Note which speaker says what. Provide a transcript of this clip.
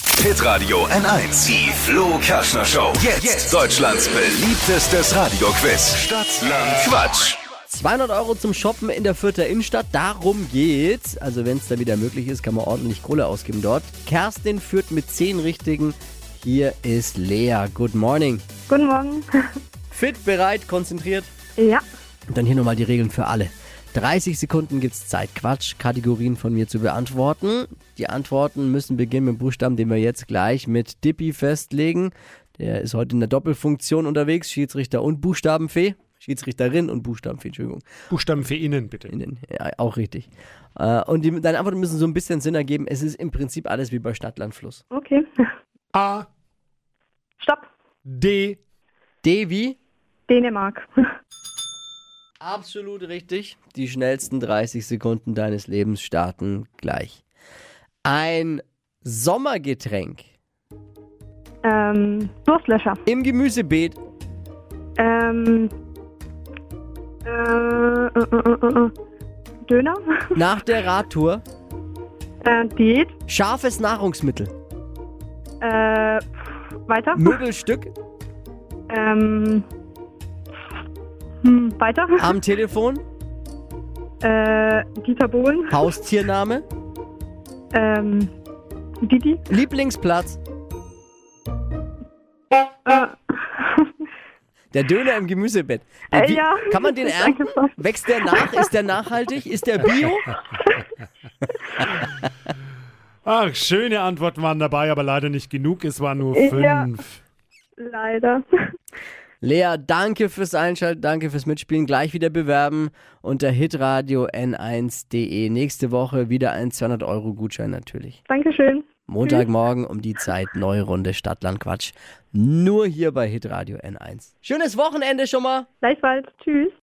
Speaker 1: Hitradio N1. Die Flo Kaschner Show. Jetzt. Deutschlands beliebtestes Radioquiz. Stadt, Land, Quatsch.
Speaker 2: 200 Euro zum Shoppen in der Fürther Innenstadt. Darum geht's. Also wenn es da wieder möglich ist, kann man ordentlich Kohle ausgeben dort. Kerstin führt mit 10 Richtigen. Hier ist Lea. Good morning.
Speaker 3: Guten Morgen.
Speaker 2: Fit, bereit, konzentriert.
Speaker 3: Ja,
Speaker 2: Und dann hier nochmal die Regeln für alle. 30 Sekunden gibt's Zeit, Quatsch, Kategorien von mir zu beantworten. Die Antworten müssen beginnen mit dem Buchstaben, den wir jetzt gleich mit Dippy festlegen. Der ist heute in der Doppelfunktion unterwegs, Schiedsrichter und Buchstabenfee. Schiedsrichterin und Buchstabenfee, Entschuldigung.
Speaker 4: Buchstaben für innen, bitte.
Speaker 2: In den, ja, auch richtig. Äh, und die, deine Antworten müssen so ein bisschen Sinn ergeben. Es ist im Prinzip alles wie bei Stadtlandfluss.
Speaker 3: okay.
Speaker 4: A,
Speaker 3: Stopp.
Speaker 4: D,
Speaker 2: D wie?
Speaker 3: Dänemark.
Speaker 2: Absolut richtig. Die schnellsten 30 Sekunden deines Lebens starten gleich. Ein Sommergetränk
Speaker 3: Ähm, Durstlöscher.
Speaker 2: im Gemüsebeet.
Speaker 3: Ähm, äh, äh, äh, äh, äh. Döner.
Speaker 2: Nach der Radtour.
Speaker 3: Äh, Diät.
Speaker 2: Scharfes Nahrungsmittel.
Speaker 3: Äh, pff, weiter.
Speaker 2: Möbelstück
Speaker 3: Ähm, hm, weiter.
Speaker 2: am Telefon.
Speaker 3: Äh, Dieter Bohlen.
Speaker 2: Haustiername.
Speaker 3: Ähm, Didi.
Speaker 2: Lieblingsplatz.
Speaker 3: Äh,
Speaker 2: Der Döner im Gemüsebett.
Speaker 3: Äh,
Speaker 2: Wie-
Speaker 3: ja.
Speaker 2: Kann man den
Speaker 3: Ist
Speaker 2: ernten?
Speaker 3: eingefallen.
Speaker 2: Wächst der nach? Ist der nachhaltig? Ist der bio?
Speaker 4: Ach, schöne Antworten waren dabei, aber leider nicht genug. Es waren nur fünf.
Speaker 3: Ja. leider.
Speaker 2: Lea, danke fürs Einschalten, danke fürs Mitspielen. Gleich wieder bewerben unter hitradio n1.de. Nächste Woche wieder ein 200-Euro-Gutschein natürlich.
Speaker 3: Dankeschön.
Speaker 2: Montagmorgen um die Zeit, neue Runde Stadtlandquatsch. Nur hier bei hitradio n1. Schönes Wochenende schon mal.
Speaker 3: Gleichfalls. Tschüss.